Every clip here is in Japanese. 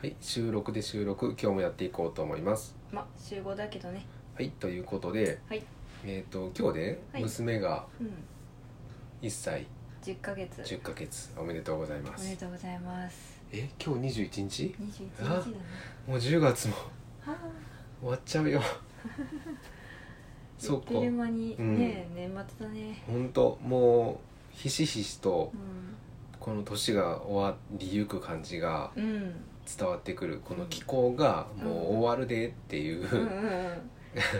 はい、収録で収録今日もやっていこうと思います。まあ集合だけどねはい、ということで、はいえっ、と今日ではい娘がうん1歳10ヶ月10ヶ月おめでとうございま。おめですとうございますえ、今日21日？ 21日だあねもう10月も はあ終わっちゃう よ。そうかあっとい。う間にうんね、年末だね本当もうひしひしとうこの年が終わりゆく感じがんうん伝わってくるこの気候がもう終わるでっていうう、ん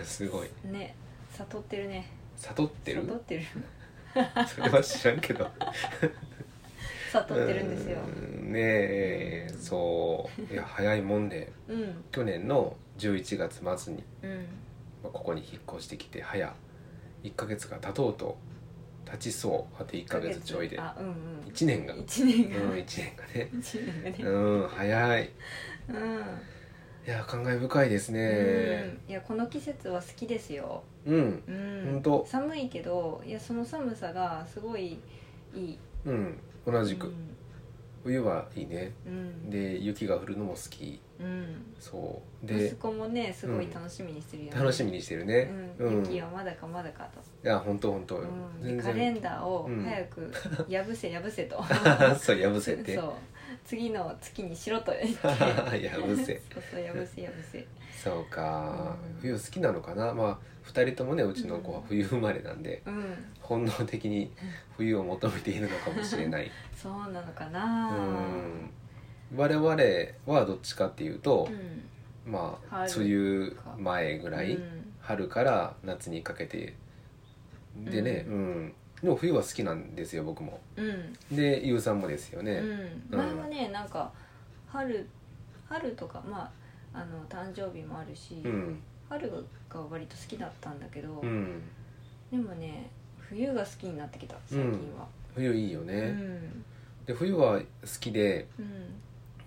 すごいうんね悟ってるね悟ってる悟ってる それは知らんけど悟ってるんですようーんねえそういや早いもんでうん去年の11月末にうんまあここに引っ越してきて早1ヶ月が経とうと経ちそうあと1ヶ月ちょいであうんうん1年がうん1年が1年がね1年がねうん早いうんいや感慨深いですねうんいやこの季節は好きですようんうんほんと寒いけどいやその寒さがすごいいいうん同じく、うん冬はいいねうんで雪が降るのも好きうん、そう息で子もねすごい楽しみにしてるよね、楽しみにしてるねううんん、雪いはまだかまだかと、や本当本当うんで全カレ然ンダーをうん 早く破せ破せとそうやぶせてそやう次の月にしろ とぶせ そうそう破せ破せそうか、うん冬好きなのかなまあ2人ともねうちの子はうん冬生まれなんで、うん本能的に冬を求めているのかもしれ ないそうなのかうなうんん我々はどっちかっていうと、まあ春梅雨前ぐらい、うん春から夏にかけてでね、ううんでも冬は好きなんですよ僕もうんでゆうさんもですよね、うん、前はねなんか春春とかまああの誕生日もあるし、うん春が割と好きだったんだけど、うん、でもね冬が好きになってきた最近は冬いいようね、んで冬は好きでうん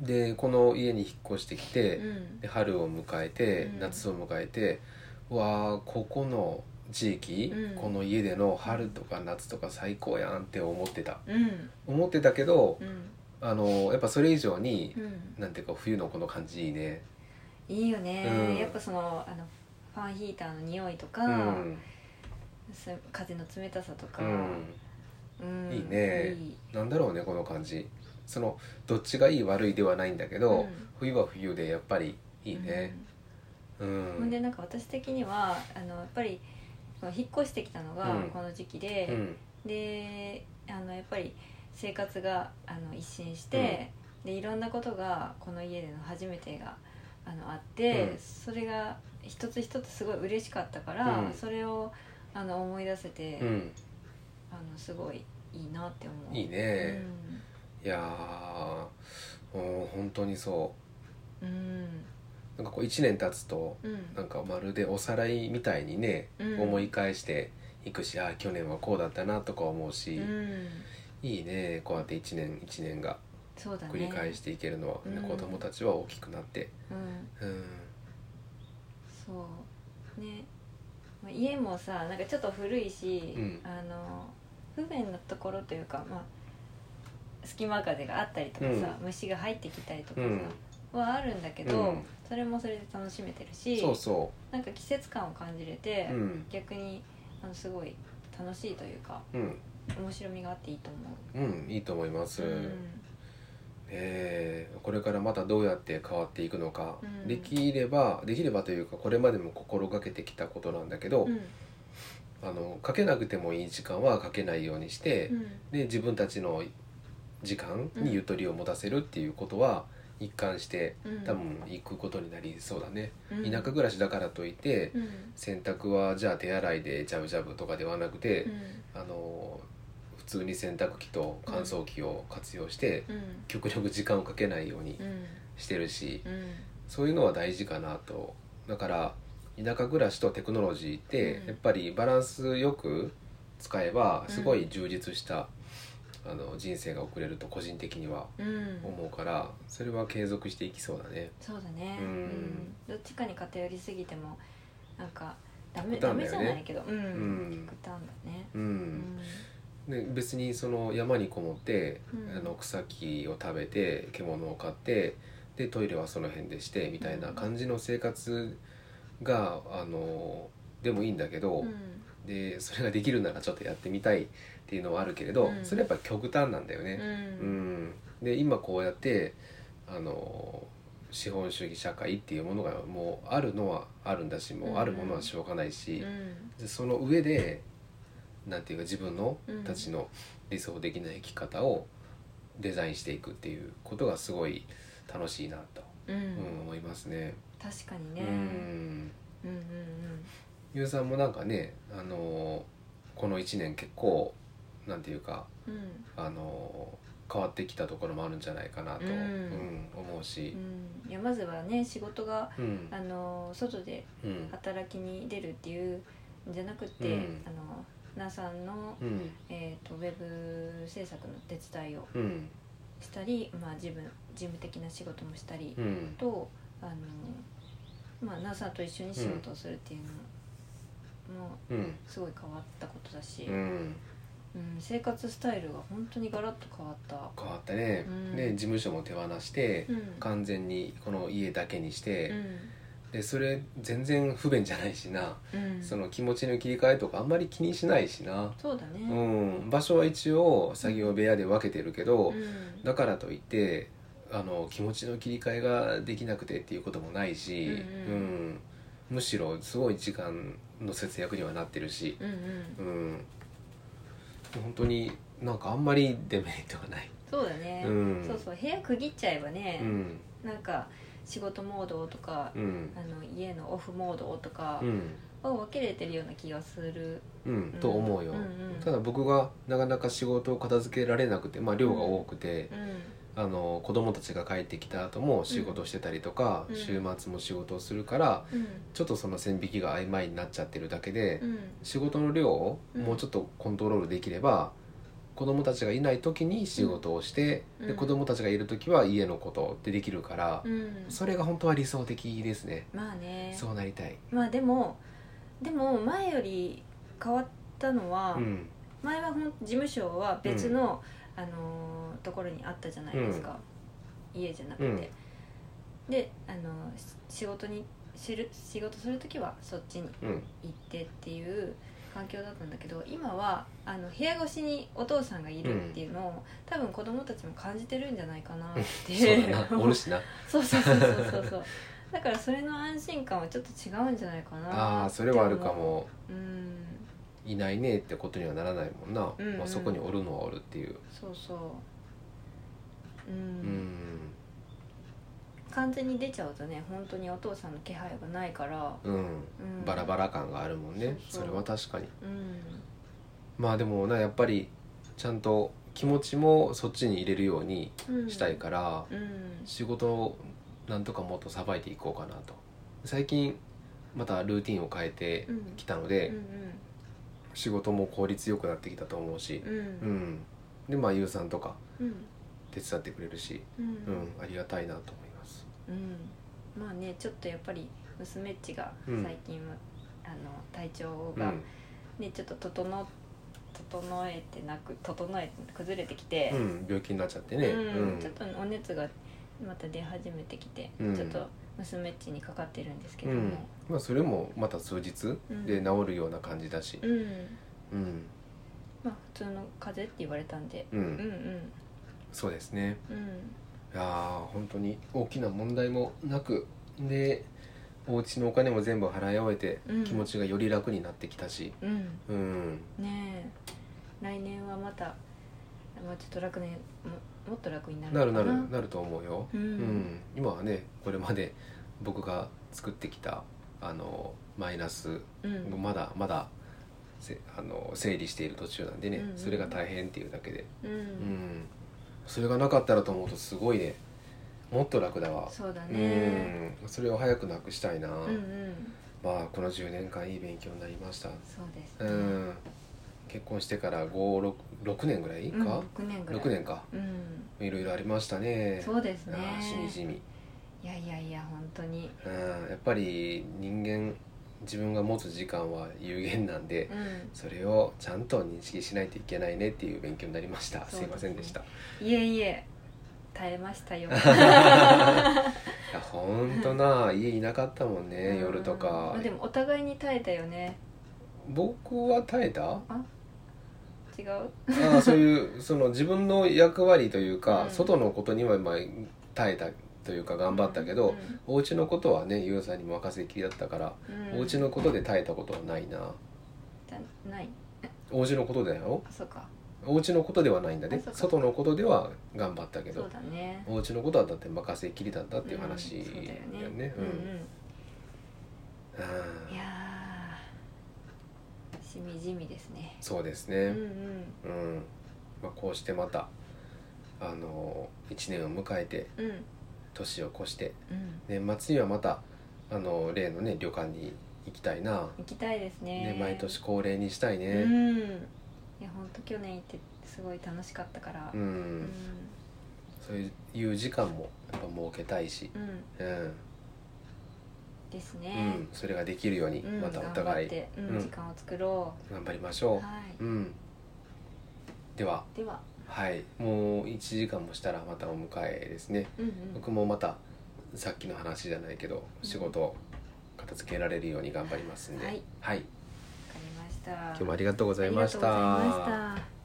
でこの家に引っ越してきて、うんで春を迎えて、うん夏を迎えてうわーここの地域、うんこの家での春とか夏とか最高やんって思ってたうん思ってたけどう、んあのやっぱそれ以上にう、んなんていうか冬のこの感じいいねいいよね、うんやっぱそのあのファンヒーターの匂いとか、うん、す風の冷たさとか、うん、うんいいねいいなんだろうねこの感じそのどっちがいい悪いではないんだけど、うん冬は冬でやっぱりいいねうん、うんほんでなんか私的にはあのやっぱりこの引っ越してきたのがうんこの時期で、うんであのやっぱり生活があの一新して、でいろんなことがこの家での初めてがあのあって、うんそれが一つ一つすごい嬉しかったから、うんそれをあの思い出せて、うんあのすごいいいなって思う。いいね、いやーうん本当にそううんうんなんかこう1年経つとうんなんかまるでおさらいみたいにね、うん思い返していくしああ去年はこうだったなとか思うし、うんいいねこうやって1年1年がそうだね繰り返していけるのは、ねうん子供たちは大きくなってうんうんそうね、まあ、家もさなんかちょっと古いし、うんあの不便なところというか、まあ、隙間風があったりとかさ、虫が入ってきたりとかさ、はあるんだけど、うんそれもそれで楽しめてるうん、しそうそなんか季節感を感じれて、ううん逆にあのすごい楽しいというかうん面白みがあっていいと思う。うんいいと思います、うんえーこれからまたどうやって変わっていくのか、うんできればできればというかこれまでも心がけてきたことなんだけど、うんあのかけなくてもいい時間はかけないようにして、うんで自分たちの時間にゆとりを持たせるっていうことは一貫してうん多分行くことになりそうだね、うん田舎暮らしだからといってうん洗濯はじゃあ手洗いでジャブジャブとかではなくて、うんあの普通に洗濯機と乾燥機を活用してうん極力時間をかけないようにうんしてるしうんそういうのは大事かなとだから田舎暮らしとテクノロジーってうんやっぱりバランスよく使えばすごい充実した、あの人生が送れると個人的にはうん思うからそれは継続していきそうだねそうだね、うんどっちかに偏りすぎてもなんかダメ,、極ダ端だメよねじゃないけどうんん、極端だねう、うんで別にその山にこもって、うんあの草木を食べて獣を飼ってでトイレはその辺でしてみたいな感じの生活があのでもいいんだけど、うんでそれができるならちょっとやってみたいっていうのはあるけれど、うんそれやっぱ極端なんだよね。ううんん、で今こうやってあの資本主義社会っていうものがもうあるのはあるんだしもうあるものはしょうがないし、でその上でなんていうか自分のうんたちの理想的な生き方をデザインしていくっていうことがすごい楽しいなと、うんううんん思いますね。確かにねうんうんうんゆうさんもなんかねあのこの1年結構なんていうかうんうんあの変わってきたところもあるんじゃないかなと、ううんん思うし、うんいやまずはね仕事がうんあの外でうん働きに出るっていうんじゃなくて、うんあのなさんの、うんえー、とウェブ制作の手伝いをうんしたり、まあ、自分事務的な仕事もしたりうんとあの、まあ、なさんと一緒に仕事をするっていうのもうんすごい変わったことだし、うんうん生活スタイルが本当にガラッと変わった。変わったね、うんで事務所も手放して、うん完全にこの家だけにして、うでそれ全然不便じゃないしな、んうん、その気持ちの切り替えとかあんまり気にしないしな、そうだね、うん、場所は一応作業部屋で分けてるけど、うんだからといってあの気持ちの切り替えができなくてっていうこともないし、うんううんんむしろすごい時間の節約にはなってるし、うんうんうん、本当になんかあんまりデメリットが ない。そうだね、うんそうそう部屋区切っちゃえばねう、んなんか仕事モードとか、うんあの家のオフモードとかうんを分けれてるような気がする、うん、と思うよ、うんうんただ僕がなかなか仕事を片付けられなくて、まあ、量が多くて、うんあの子供たちが帰ってきた後も仕事してたりとか、うん週末も仕事をするからうんちょっとその線引きが曖昧になっちゃってるだけで、うん仕事の量をうんもうちょっとコントロールできれば、子供たちがいない時に仕事をして、うんうでん子供たちがいる時は家のことってできるから、うんそれが本当は理想的ですね、まあねそうなりたい、まあでもでも前より変わったのは、うん前はほん事務所は別の、あのーところにあったじゃないですか、家じゃなくて、うんで、あのーし仕事にしる仕事する時はそっちにうん行ってっていう環境だったんだけど今はあの部屋越しにお父さんがいるっていうのを、多分子供たちも感じてるんじゃないかなって そうだな おるしなそうそうそうそうそうそうだからそれの安心感はちょっと違うんじゃないかなあっあてそれはあるかも思ううんいないねってことにはならないもんな、うんうんまあ、そこにおるのはおるっていう、そうそううう、んん完全に出ちゃうとね本当にお父さんの気配がないから、うん、うん、バラバラ感があるもんね、そうそうそれは確かにラうんまあでもなやっぱりちゃんと気持ちもそっちに入れるようにうんしたいから、うん仕事をなんとかもっとさばいていこうかなと最近またルーティンを変えてうんきたので、うん仕事も効率よくなってきたと思うし、うんううんんでまあゆうさんとかうん手伝ってくれるし、ううんんありがたいなと思いますうん、まあねちょっとやっぱり娘っちがうん最近は、あの体調うが、ん、ねちょっと整整えてなく整えて崩れてきてう、ん、病気になっちゃってね、うんちょっとお熱がまた出始めてきて、うんちょっと娘っちにかかってるんですけうどもん、まあそれもまた数日で治るような感じだし、うん、うんまあ普通の風邪って言われたんで、うんうんうんそうですねうんいやー本当に大きな問題もなくでお家のお金も全部払い終えてうん気持ちがより楽になってきたし、うんうん、ねえ来年はまたまあちょっと楽年ももっと楽になるなのるかなるなると思うよ、うん今はねこれまで僕が作ってきたあのマイナス、うんまだまだせあの整理している途中なんでね、うんうんそれが大変っていうだけで、ううんん、それがなかったらと思うとすごいねもっと楽だわそうだねうんそれを早くなくしたいな、うんうんまあこの10年間いい勉強になりましたそうですうねん結婚してから56年ぐらいか、うん、6年ぐらい6年かうんいろいろありましたねそうですねああしみじみいやいやいや本当にうんやっぱり人間自分が持つ時間は有限なんで、うんそれをちゃんと認識しないといけないねっていう勉強になりました、そうすですねいませんでした いえいえ耐えましたよな家いなかったもんね、うん夜とかまあでもお互いに耐えたよね僕は耐えたあ違うあそういうその自分の役割というか、うん外のことにはまあ耐えたというか頑張ったけど、、お家のことはねゆうさんに任せっきりだったから、うんお家のことで耐えたことはないなだないお家のことだよあそうかお家のことではないんだねあそうか外のことでは頑張ったけそどうだねお家のことはだって任せっきりだったっていう話うんそうだよだよねねううんんあうんーいやーしみじみですねそうですうねんうんうん、まあ、こうしてまたあの1年を迎えてうん年を越してうん年末にはまたあの例のね旅館に行きたいな、行きたいですねね、毎年恒例にしたいねうねんいや本当去年行ってすごい楽しかったからうん、そういう時間もやっぱ設けたいしうんうんうん、ですうねん、それができるようにうんまたお互い頑張ってううんん時間を作ろ頑張りましうょはう、うん、ではいでははいもう1時間もしたらまたお迎えですねうんうん僕もまたさっきの話じゃないけどうん仕事を片付けられるように頑張りますんではい、はい、わかりました今日もありがとうございましたありがとうございました